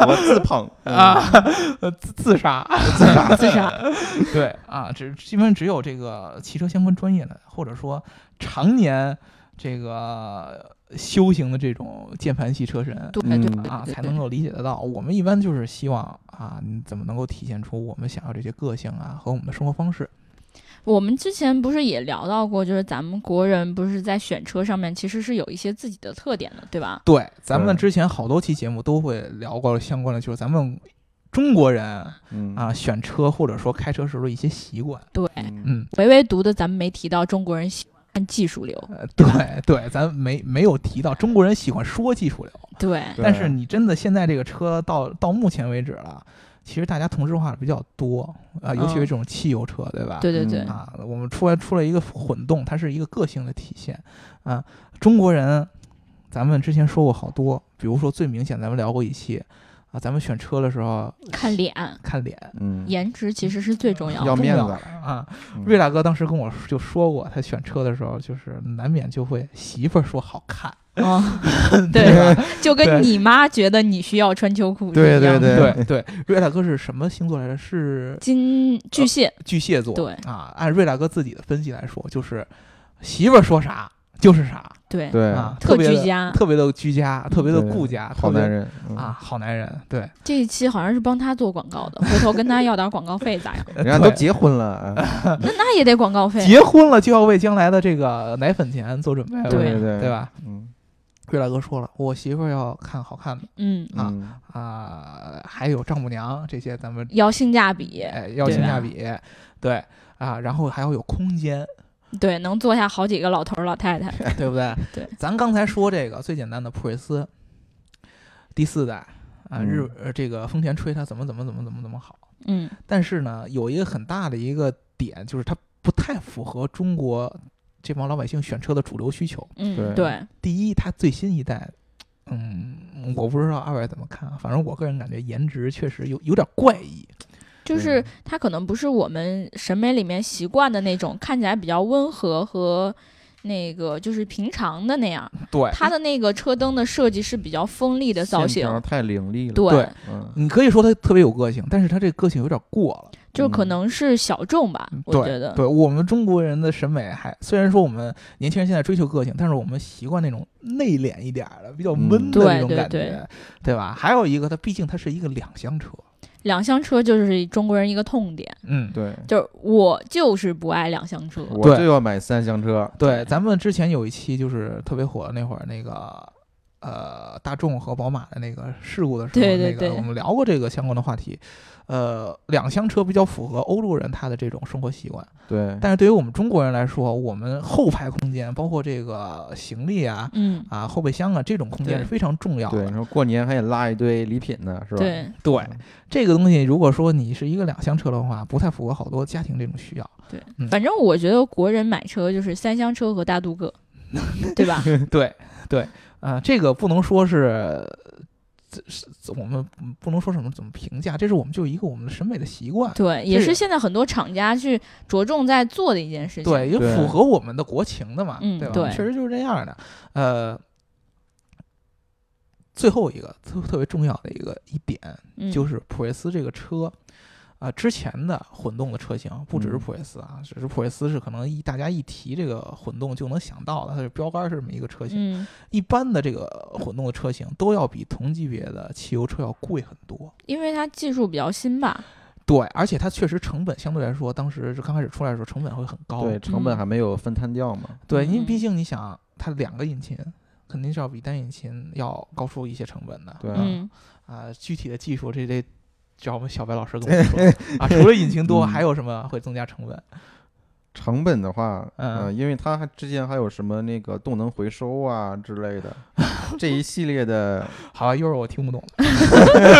Speaker 3: 我自捧，
Speaker 2: 啊， 呃自自杀。
Speaker 1: 自杀，
Speaker 2: 对啊，只基本只有这个汽车相关专业的，或者说常年这个修行的这种键盘系车神
Speaker 1: 对对对
Speaker 3: 嗯
Speaker 1: 对
Speaker 2: 啊，
Speaker 1: 对
Speaker 2: 才
Speaker 1: 对
Speaker 2: 能够理解得到。我们一般就是希望啊，你怎么能够体现出我们想要这些个性啊和我们的生活方式？
Speaker 1: 我们之前不是也聊到过，就是咱们国人不是在选车上面其实是有一些自己的特点的，对吧？
Speaker 2: 对，咱们
Speaker 3: 对
Speaker 2: 之前好多期节目都会聊过相关的，就是咱们。中国人
Speaker 3: 嗯
Speaker 2: 啊选车或者说开车时候的一些习惯。
Speaker 1: 对，
Speaker 3: 嗯
Speaker 2: 嗯，
Speaker 1: 唯唯独的咱们没提到中国人喜欢看技术流，
Speaker 2: 呃对对，咱没没有提到中国人喜欢说技术流，
Speaker 1: 对，
Speaker 3: 对
Speaker 2: 但是你真的现在这个车到到目前为止了，其实大家同质化的比较多啊、尤其是
Speaker 1: 嗯
Speaker 2: 这种汽油车，对吧？
Speaker 1: 对对对，
Speaker 2: 啊，我们出来出了一个混动，它是一个个性的体现啊。中国人，咱们之前说过好多，比如说最明显，咱们聊过一期啊，咱们选车的时候
Speaker 1: 看脸，
Speaker 2: 看脸，
Speaker 3: 嗯，
Speaker 1: 颜值其实是最重要的。
Speaker 3: 要
Speaker 2: 重
Speaker 3: 面子
Speaker 2: 啊。
Speaker 3: 嗯
Speaker 2: 瑞大哥当时跟我就说过，他选车的时候就是难免就会媳妇儿说好看，
Speaker 1: 嗯，
Speaker 2: 吧
Speaker 1: 对，就跟
Speaker 2: 对
Speaker 1: 你妈觉得你需要穿秋裤是
Speaker 4: 对
Speaker 1: 一样的
Speaker 4: 对对
Speaker 2: 对对，瑞大哥是什么星座来着？是
Speaker 1: 金巨蟹，
Speaker 2: 巨蟹座。
Speaker 1: 对
Speaker 2: 啊，按瑞大哥自己的分析来说，就是媳妇儿说啥就是啥
Speaker 1: 对，
Speaker 3: 对，
Speaker 2: 啊，
Speaker 1: 特
Speaker 2: 别
Speaker 1: 居
Speaker 2: 的
Speaker 1: 家
Speaker 2: 特别的居家，特别的
Speaker 3: 对
Speaker 2: 顾家，特
Speaker 3: 好
Speaker 2: 别
Speaker 3: 男人嗯
Speaker 2: 啊，好男人。对，
Speaker 1: 这一期好像是帮他做广 告的，回头跟他要点广告费咋样？
Speaker 3: 嗯人家都结婚了，啊
Speaker 1: 那那也得广告费，
Speaker 2: 结婚了就要为将来的这个奶粉钱做准备了，
Speaker 1: 对
Speaker 3: 对对
Speaker 2: 对吧？
Speaker 3: 嗯
Speaker 2: 瑞大哥说了，我媳妇儿要看好看的
Speaker 1: 嗯，
Speaker 2: 啊
Speaker 3: 嗯
Speaker 2: 啊，还有丈母娘这些，咱们
Speaker 1: 要性价比，
Speaker 2: 哎要
Speaker 1: 对
Speaker 2: 性
Speaker 1: 啊
Speaker 2: 价比，对啊，然后还要有 空间，
Speaker 1: 对，能坐下好几个老头儿老太太，
Speaker 2: 对不对？
Speaker 1: 对，
Speaker 2: 咱刚才说这个最简单的普锐斯，第四代啊，
Speaker 3: 嗯
Speaker 2: 日呃这个丰田吹它怎么怎么怎么怎么怎么好，
Speaker 1: 嗯，
Speaker 2: 但是呢，有一个很大的一个点就是它不太符合中国这帮老百姓选车的主流需求。
Speaker 1: 嗯，
Speaker 3: 对
Speaker 1: 对，
Speaker 2: 第一，它最新一代，嗯，我不知道二位怎么看啊，反正我个人感觉颜值确实有有点怪异。
Speaker 1: 就是
Speaker 3: 对
Speaker 1: 它可能不是我们审美里面习惯的那种，看起来比较温和和那个就是平常的那样。
Speaker 2: 对
Speaker 1: 它的那个车灯的设计是比较锋利的造型
Speaker 3: 线条，太凌厉了，
Speaker 1: 对，
Speaker 2: 对
Speaker 3: 嗯，
Speaker 2: 你可以说它特别有个性，但是它这个个性有点过了。
Speaker 1: 就可能是小众吧，
Speaker 2: 嗯
Speaker 1: 我觉得。
Speaker 2: 对我们中国人的审美还虽然说我们年轻人现在追求个性，但是我们习惯那种内敛一点儿的、比较闷
Speaker 3: 嗯
Speaker 2: 的
Speaker 1: 对
Speaker 2: 那种
Speaker 1: 对
Speaker 2: 感觉，
Speaker 1: 对
Speaker 2: 对吧？还有一个，它毕竟它是一个两厢车，
Speaker 1: 两厢车就是中国人一个痛点，
Speaker 2: 嗯，
Speaker 3: 对，
Speaker 1: 就是我就是不爱两厢车。
Speaker 3: 我就要买三厢车，
Speaker 2: 对，咱们之前有一期就是特别火的那会儿，那个呃大众和宝马的那个事故的时候，
Speaker 1: 对对
Speaker 2: 那
Speaker 1: 对
Speaker 2: 个我们聊过这个相关的话题。呃，两厢车比较符合欧洲人他的这种生活习惯，
Speaker 3: 对，
Speaker 2: 但是对于我们中国人来说，我们后排空间，包括这个行李啊。
Speaker 1: 嗯，
Speaker 2: 啊，后备箱啊，这种空间
Speaker 1: 对
Speaker 2: 是非常重要
Speaker 3: 对，
Speaker 2: 的
Speaker 3: 你。说过年还得拉一堆礼品呢，是吧？嗯
Speaker 1: 对
Speaker 2: 对这个东西，如果说你是一个两厢车的话，不太符合好多家庭这种需要。
Speaker 1: 对
Speaker 2: 嗯，
Speaker 1: 反正我觉得国人买车就是三厢车和大镀 铬，对吧？
Speaker 2: 对对，啊，这个不能说是，这是我们不能说什么怎么评价，这是我们就一个我们的审美的习惯，
Speaker 1: 对，也
Speaker 2: 这
Speaker 1: 是
Speaker 2: 个
Speaker 1: 现在很多厂家去着重在做的一件事情。
Speaker 2: 对，也
Speaker 3: 对
Speaker 2: 符合我们的国情的嘛，
Speaker 1: 嗯
Speaker 2: 对吧？
Speaker 1: 对
Speaker 2: 确实就是这样的。呃，最后一个特特别重要的一个一点
Speaker 1: 嗯，
Speaker 2: 就是普锐斯这个车，啊、之前的混动的车型不只是
Speaker 3: 嗯
Speaker 2: 普锐斯啊，只是普锐斯是可能一大家一提这个混动就能想到的，它是标杆是这么一个车型。
Speaker 1: 嗯，
Speaker 2: 一般的这个混动的车型都要比同级别的汽油车要贵很多。
Speaker 1: 因为它技术比较新吧，
Speaker 2: 对，而且它确实成本相对来说，当时是刚开始出来的时候成本会很高。
Speaker 3: 对，成本还没有分摊掉嘛，
Speaker 2: 对，因为
Speaker 1: 嗯
Speaker 2: 毕竟你想，它两个引擎肯定是要比单引擎要高出一些成本的。
Speaker 3: 对啊
Speaker 1: 嗯，
Speaker 2: 啊，具体的技术这得找我们小白老师跟我们说啊。除了引擎多，
Speaker 3: 嗯
Speaker 2: 还有什么会增加成本？
Speaker 3: 成本的话，
Speaker 2: 嗯
Speaker 3: 呃，因为它还之前还有什么那个动能回收啊之类的，这一系列的，
Speaker 2: 好啊吧，一会儿我听不懂了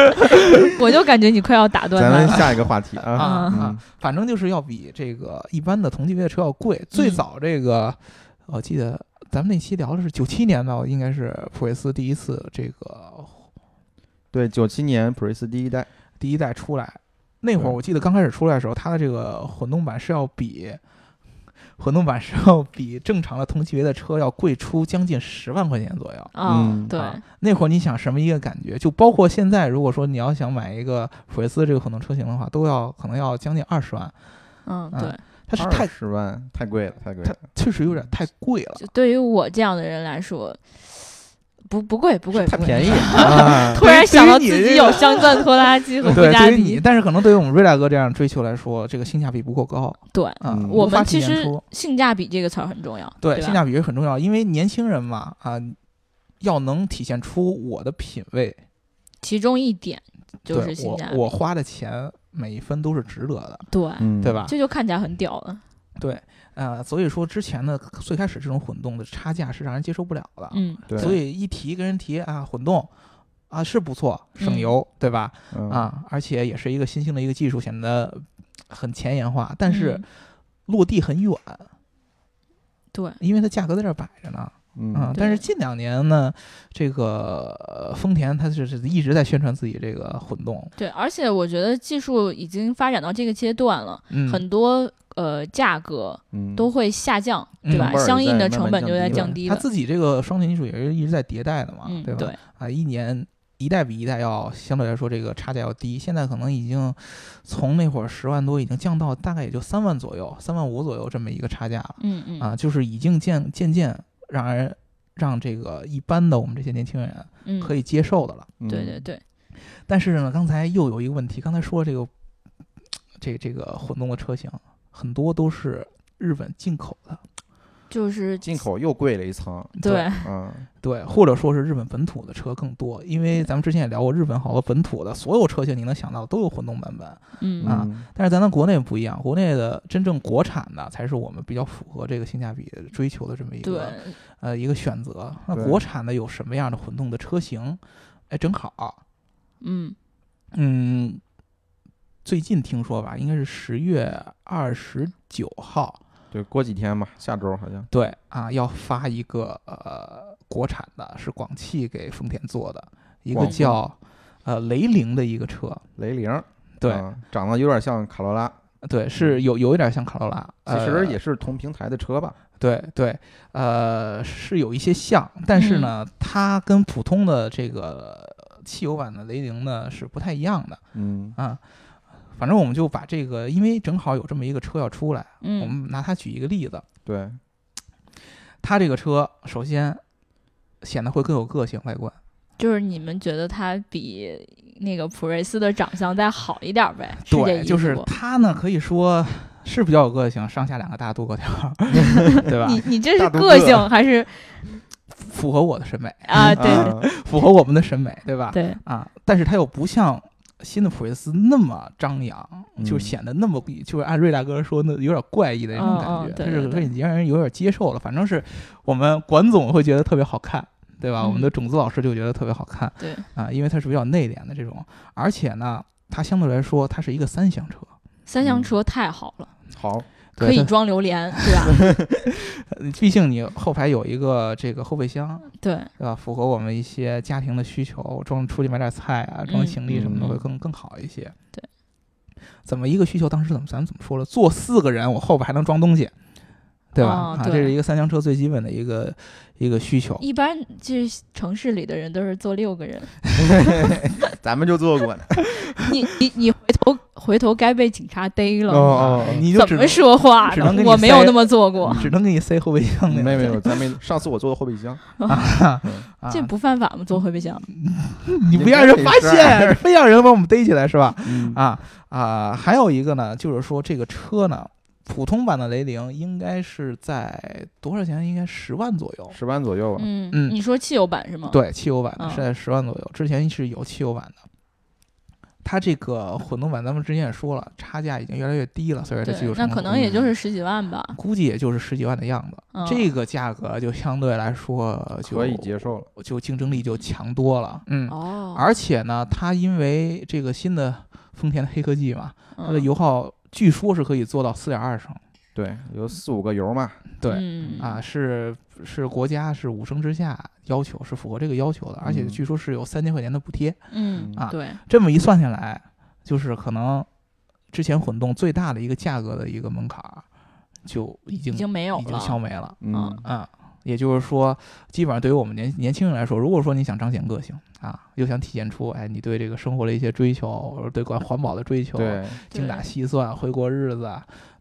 Speaker 1: 我就感觉你快要打断
Speaker 3: 咱
Speaker 1: 他
Speaker 3: 们
Speaker 1: 了。
Speaker 3: 下一个话题啊，
Speaker 2: 啊
Speaker 1: 嗯
Speaker 2: 啊
Speaker 3: 嗯，
Speaker 2: 反正就是要比这个一般的同级别的车要贵。最
Speaker 1: 嗯
Speaker 2: 早这个，我记得咱们那期聊的是九七年吧，应该是普锐斯第一次这个
Speaker 3: 对，九七年普锐斯第一代，
Speaker 2: 第一代出来。那会儿
Speaker 3: 对
Speaker 2: 我记得刚开始出来的时候，它的这个混动版是要比混动版是要比正常的同级别的车要贵出将近十万块钱左右。
Speaker 1: 啊，
Speaker 3: 嗯
Speaker 1: 对，
Speaker 2: 啊那会儿你想什么一个感觉？就包括现在，如果说你要想买一个普锐斯这个混动车型的话，都要可能要将近二十万，
Speaker 1: 嗯，
Speaker 2: 啊
Speaker 1: 对，
Speaker 2: 它是太
Speaker 3: 十万，太贵了，太贵了，
Speaker 2: 确实有点太贵了。
Speaker 1: 就对于我这样的人来说，不不贵，不贵，
Speaker 3: 太
Speaker 1: 不贵
Speaker 3: 便宜。啊，
Speaker 1: 突然想到自
Speaker 2: 对于你
Speaker 1: 己
Speaker 2: 这
Speaker 1: 有
Speaker 2: 个
Speaker 1: 镶钻拖拉机和布
Speaker 2: 对，
Speaker 1: 加
Speaker 2: 对于你，
Speaker 1: 迪，
Speaker 2: 但是可能对于我们瑞大哥这样追求来说，这个性价比不够高
Speaker 1: 对。
Speaker 2: 啊。
Speaker 3: 嗯
Speaker 2: 无
Speaker 1: 我
Speaker 2: 法
Speaker 1: 们其
Speaker 2: 体现
Speaker 1: 实
Speaker 2: 出
Speaker 1: 性价比这个词儿很重要，
Speaker 2: 对
Speaker 1: 对吧
Speaker 2: 性价比是很重要，因为年轻人嘛啊，要能体现出我的品味。
Speaker 1: 其中一点就是性价
Speaker 2: 对
Speaker 1: 比，
Speaker 2: 我我花的钱每一分都是值得的，
Speaker 1: 对，
Speaker 3: 嗯，
Speaker 2: 对？吧？
Speaker 1: 这就看起来很屌了。
Speaker 2: 对，呃，所以说之前的最开始这种混动的差价是让人接受不了的，
Speaker 1: 嗯，
Speaker 3: 对，
Speaker 2: 所以一提跟人提啊，混动啊是不错，省
Speaker 1: 嗯
Speaker 2: 油，对吧？
Speaker 3: 嗯，
Speaker 2: 啊，而且也是一个新兴的一个技术，显得很前沿化，但是
Speaker 1: 嗯
Speaker 2: 落地很远，
Speaker 1: 对，
Speaker 2: 因为它价格在这儿摆着呢。啊
Speaker 3: 嗯，
Speaker 2: 但
Speaker 1: 对
Speaker 2: 是近两年呢，这个呃丰田它是是一直在宣传自己这个混动，
Speaker 1: 对，而且我觉得技术已经发展到这个阶段了，
Speaker 2: 嗯，
Speaker 1: 很多呃价格
Speaker 3: 嗯
Speaker 1: 都会下降，
Speaker 2: 嗯
Speaker 1: 对吧？
Speaker 2: 成本
Speaker 3: 儿也
Speaker 1: 相应的
Speaker 3: 在慢
Speaker 1: 成
Speaker 3: 慢
Speaker 1: 本
Speaker 3: 降
Speaker 1: 就在
Speaker 3: 低了
Speaker 1: 降低
Speaker 2: 它
Speaker 1: 了。
Speaker 2: 自己这个双擎技术也是一直在迭代的嘛，
Speaker 1: 嗯，
Speaker 2: 对吧？
Speaker 1: 对，
Speaker 2: 啊，一年一代比一代要相对来说这个差价要低，现在可能已经从那会儿十万多已经降到大概也就三万左右，三万五左右这么一个差价了。
Speaker 1: 嗯嗯，
Speaker 2: 啊，就是已经渐渐渐让人让这个一般的我们这些年轻人
Speaker 1: 嗯，
Speaker 2: 可以嗯接受的了。
Speaker 3: 嗯
Speaker 1: 对对，对，
Speaker 2: 但是呢，刚才又有一个问题，刚才说这个这这个混动的车型很多都是日本进口的，
Speaker 1: 就是
Speaker 3: 进口又贵了一层，
Speaker 1: 对，
Speaker 3: 嗯，
Speaker 2: 对，或者说是日本本土的车更多，因为咱们之前也聊过，日本好多本土的所有车型你能想到都有混动版本。
Speaker 1: 嗯
Speaker 2: 啊
Speaker 3: 嗯，
Speaker 2: 但是咱们国内不一样，国内的真正国产的才是我们比较符合这个性价比追求的这么一
Speaker 1: 对
Speaker 2: 个呃一个选择。那
Speaker 3: 对
Speaker 2: 国产的有什么样的混动的车型？哎，正好，
Speaker 1: 嗯
Speaker 2: 嗯，最近听说吧，应该是十月二十九号，
Speaker 3: 对，过几天吧，下周好像，
Speaker 2: 对啊，要发一个呃国产的，是广汽给丰田做的一个
Speaker 3: 广
Speaker 1: 汽
Speaker 2: 叫呃雷凌的一个车，
Speaker 3: 雷凌，
Speaker 2: 对、
Speaker 3: 嗯长得有点像卡罗拉，
Speaker 2: 对，是有有一点像卡罗拉，
Speaker 3: 其实
Speaker 2: 呃
Speaker 3: 也是同平台的车吧，
Speaker 2: 对对，呃，是有一些像，但是
Speaker 1: 嗯
Speaker 2: 呢，它跟普通的这个汽油版的雷凌呢是不太一样的
Speaker 3: 嗯
Speaker 2: 啊。反正我们就把这个，因为正好有这么一个车要出来，我
Speaker 1: 嗯，
Speaker 2: 们拿它举一个例子。
Speaker 3: 对，
Speaker 2: 它这个车首先显得会更有个性外观，
Speaker 1: 就是你们觉得它比那个普锐斯的长相再好一点儿呗？是这
Speaker 2: 对，
Speaker 1: 意
Speaker 2: 就
Speaker 1: 思
Speaker 2: 是
Speaker 1: 不
Speaker 2: 它呢可以说是比较有个性，上下两个大肚沟条 儿，对吧？
Speaker 1: 你你这是
Speaker 3: 大肚
Speaker 1: 个
Speaker 3: 个
Speaker 2: 啊
Speaker 1: 性还是
Speaker 2: 符合我的审美，
Speaker 1: 啊？对
Speaker 3: 啊
Speaker 2: 符合我们的审美，对吧？
Speaker 1: 对，
Speaker 2: 啊，但是它又不像新的普锐斯那么张扬，就
Speaker 3: 嗯
Speaker 2: 显得那么就是按瑞大哥说那有点怪异的那
Speaker 1: 嗯
Speaker 2: 种感
Speaker 1: 嗯
Speaker 2: 觉，
Speaker 1: 对
Speaker 2: 就
Speaker 1: 对
Speaker 2: 是
Speaker 1: 对
Speaker 2: 会让人有点接受了。反正是我们管总会觉得特别好看，对吧？我们的
Speaker 1: 嗯
Speaker 2: 种子老师就觉得特别好看，
Speaker 1: 对
Speaker 2: 啊，因为它是比较内敛的这种，而且呢，它相对来说它是一个三厢车，
Speaker 1: 三厢
Speaker 3: 嗯
Speaker 1: 车太好了，
Speaker 3: 好，
Speaker 1: 可
Speaker 2: 对
Speaker 1: 以装榴莲，对吧？
Speaker 2: 它毕竟你后排有一个这个后备箱，
Speaker 1: 对，
Speaker 2: 对吧？符合我们一些家庭的需求，装出去买点菜啊，装
Speaker 1: 嗯
Speaker 2: 行李什么的
Speaker 3: 嗯
Speaker 2: 会更更好一些。
Speaker 1: 对，
Speaker 2: 怎么一个需求？当时怎么咱们怎么说了？坐四个人，我后边还能装东西，对吧？
Speaker 1: 哦
Speaker 2: 啊，
Speaker 1: 对
Speaker 2: 这是一个三厢车最基本的一个一个需求。
Speaker 1: 一般就是城市里的人都是坐六个人，
Speaker 4: 咱们就坐过呢。
Speaker 1: 你你你回头回头该被警察逮了。
Speaker 3: 哦
Speaker 2: 你就
Speaker 1: 怎
Speaker 2: 只
Speaker 1: 么
Speaker 2: 能
Speaker 1: 说话
Speaker 2: 只能
Speaker 1: 呢？
Speaker 2: 给你
Speaker 1: 我没有
Speaker 2: 塞
Speaker 1: 那么做过，
Speaker 2: 只能给你塞后备箱里了，
Speaker 3: 没有没有，咱没上次我坐的后备箱，
Speaker 2: 啊
Speaker 1: 这不犯法吗？坐回备箱？
Speaker 2: 你不让人发现， 非要人把我们逮起来是吧？
Speaker 3: 嗯
Speaker 2: 啊啊，还有一个呢，就是说这个车呢，普通版的雷凌应该是在多少钱？应该十万左右。
Speaker 3: 十万左右吧，
Speaker 1: 嗯
Speaker 2: 嗯
Speaker 1: 你说汽油版是吗？，
Speaker 2: 对，汽油版的是
Speaker 1: 嗯
Speaker 2: 在十万左右，之前是有汽油版的。它这个混动版，咱们之前也说了，差价已经越来越低了，随着这技
Speaker 1: 对
Speaker 2: 术，
Speaker 1: 那
Speaker 2: 成熟
Speaker 1: 可能也就是十几万吧。
Speaker 2: 估计也就是十几万的样子。
Speaker 1: 嗯
Speaker 2: 这个价格就相对来说就
Speaker 3: 可以接，受了，
Speaker 2: 就竞争力就强多了。嗯，
Speaker 1: 哦，
Speaker 2: 而且呢，它因为这个新的丰田的黑科技嘛，它的
Speaker 1: 嗯
Speaker 2: 油耗据说是可以做到四点二升。
Speaker 3: 对，有四五个油嘛，
Speaker 2: 对，
Speaker 1: 嗯
Speaker 2: 啊，是是国家是五升之下要求是符合这个要求的，而且
Speaker 3: 嗯
Speaker 2: 据说是有三千块钱的补贴。
Speaker 1: 嗯
Speaker 2: 啊
Speaker 1: 对，
Speaker 2: 这么一算下来，就是可能之前混动最大的一个价格的一个门槛儿，就已经
Speaker 1: 已经没有
Speaker 2: 已经消
Speaker 1: 了。
Speaker 2: 没了
Speaker 3: 嗯，
Speaker 2: 啊、也就是说，基本上对于我们年年轻人来说，如果说你想彰显个性啊，又想体现出哎你对这个生活的一些追求，对环环保的追求，
Speaker 3: 对，
Speaker 2: 精打
Speaker 1: 对
Speaker 2: 细算会过日子，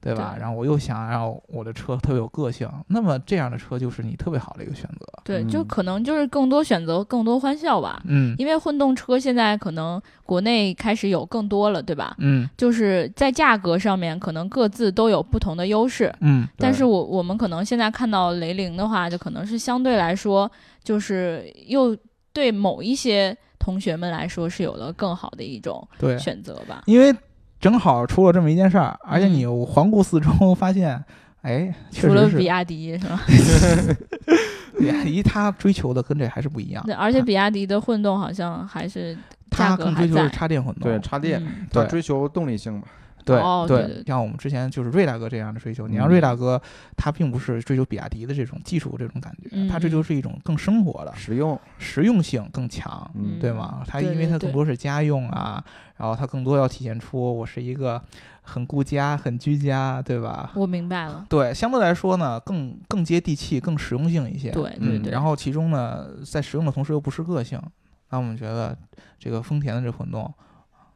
Speaker 2: 对吧？
Speaker 1: 对
Speaker 2: 然后我又想让我的车特别有个性，那么这样的车就是你特别好的一个选择。
Speaker 1: 对，就
Speaker 3: 嗯
Speaker 1: 可能就是更多选择，更多欢笑吧。
Speaker 2: 嗯
Speaker 1: 因为混动车现在可能国内开始有更多了，对吧？
Speaker 2: 嗯
Speaker 1: 就是在价格上面，可能各自都有不同的优势。
Speaker 2: 嗯，
Speaker 1: 但
Speaker 3: 对
Speaker 1: 是我我们可能现在看到雷凌的话，就可能是相对来说，就是又对某一些同学们来说是有了更好的一种
Speaker 2: 对，
Speaker 1: 选择吧。
Speaker 2: 因为正好出了这么一件事儿，而且你环顾四周发现，哎，确
Speaker 1: 嗯除了
Speaker 2: 实
Speaker 1: 比
Speaker 2: 是
Speaker 1: 亚迪 是吧？
Speaker 2: 比亚迪他追求的跟这还是不一样，
Speaker 1: 对，而且比亚迪的混动好像还是价
Speaker 2: 他
Speaker 1: 格
Speaker 2: 更
Speaker 1: 还
Speaker 2: 追求是
Speaker 1: 在。
Speaker 2: 插电混动
Speaker 3: 对，插电，
Speaker 1: 嗯
Speaker 3: 它
Speaker 2: 对
Speaker 3: 追求动力性嘛，
Speaker 2: 对
Speaker 1: 哦对对对
Speaker 2: 像我们之前就是瑞大哥这样的追求，你
Speaker 3: 嗯
Speaker 2: 像瑞大哥，他并不是追求比亚迪的这种技术这种感觉，
Speaker 1: 嗯
Speaker 2: 他追求是一种更生活的
Speaker 3: 实用，
Speaker 2: 实用性更强，
Speaker 3: 嗯，
Speaker 2: 对吗？他
Speaker 1: 对
Speaker 2: 因为
Speaker 1: 对
Speaker 2: 他
Speaker 1: 对
Speaker 2: 更多是家用啊，然后他更多要体现出我是一个很顾家、很居家，对吧？
Speaker 1: 我明白了，
Speaker 2: 对，相对来说呢，更更接地气、更实用性一些。
Speaker 1: 对对
Speaker 3: 嗯
Speaker 1: 对。
Speaker 2: 然后其中呢，在实用的同时又不失个性，那我们觉得这个丰田的这混动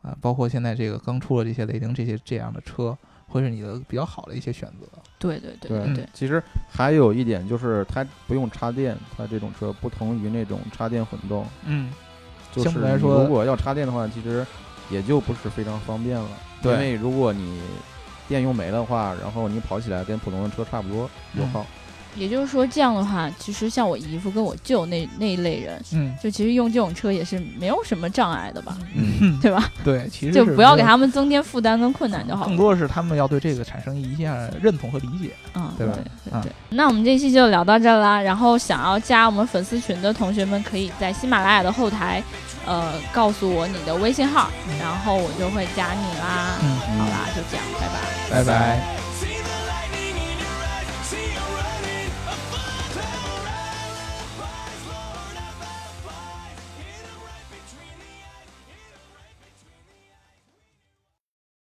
Speaker 2: 啊、包括现在这个刚出了这些雷凌这些这样的车，会是你的比较好的一些选择。
Speaker 1: 对对对
Speaker 3: 对
Speaker 1: 对对，
Speaker 3: 其实还有一点就是它不用插电，它这种车不同于那种插电混动，
Speaker 2: 嗯，
Speaker 3: 就
Speaker 2: 相
Speaker 3: 是
Speaker 2: 对来说
Speaker 3: 如果要插电的话，其实也就不是非常方便了。
Speaker 2: 对
Speaker 3: 因为如果你电用没的话，然后你跑起来跟普通的车差不多油耗。
Speaker 1: 也就是说这样的话，其实像我姨夫跟我舅那那一类人，
Speaker 2: 嗯
Speaker 1: 就其实用这种车也是没有什么障碍的吧，
Speaker 3: 嗯，
Speaker 1: 对吧？
Speaker 2: 对，其实
Speaker 1: 就是不要给
Speaker 2: 没有
Speaker 1: 他们增添负担跟困难就好
Speaker 2: 更
Speaker 1: 了。
Speaker 2: 多的是他们要对这个产生一下认同和理解。
Speaker 1: 嗯，
Speaker 2: 对
Speaker 1: 对
Speaker 2: 吧
Speaker 1: 对
Speaker 2: 啊
Speaker 1: 对。那我们这期就聊到这儿啦。然后想要加我们粉丝群的同学们，可以在喜马拉雅的后台，呃，告诉我你的微信号，然后我就会加你啦。
Speaker 2: 嗯
Speaker 1: 好啦，就这样，拜拜。
Speaker 2: 拜拜。
Speaker 4: 拜。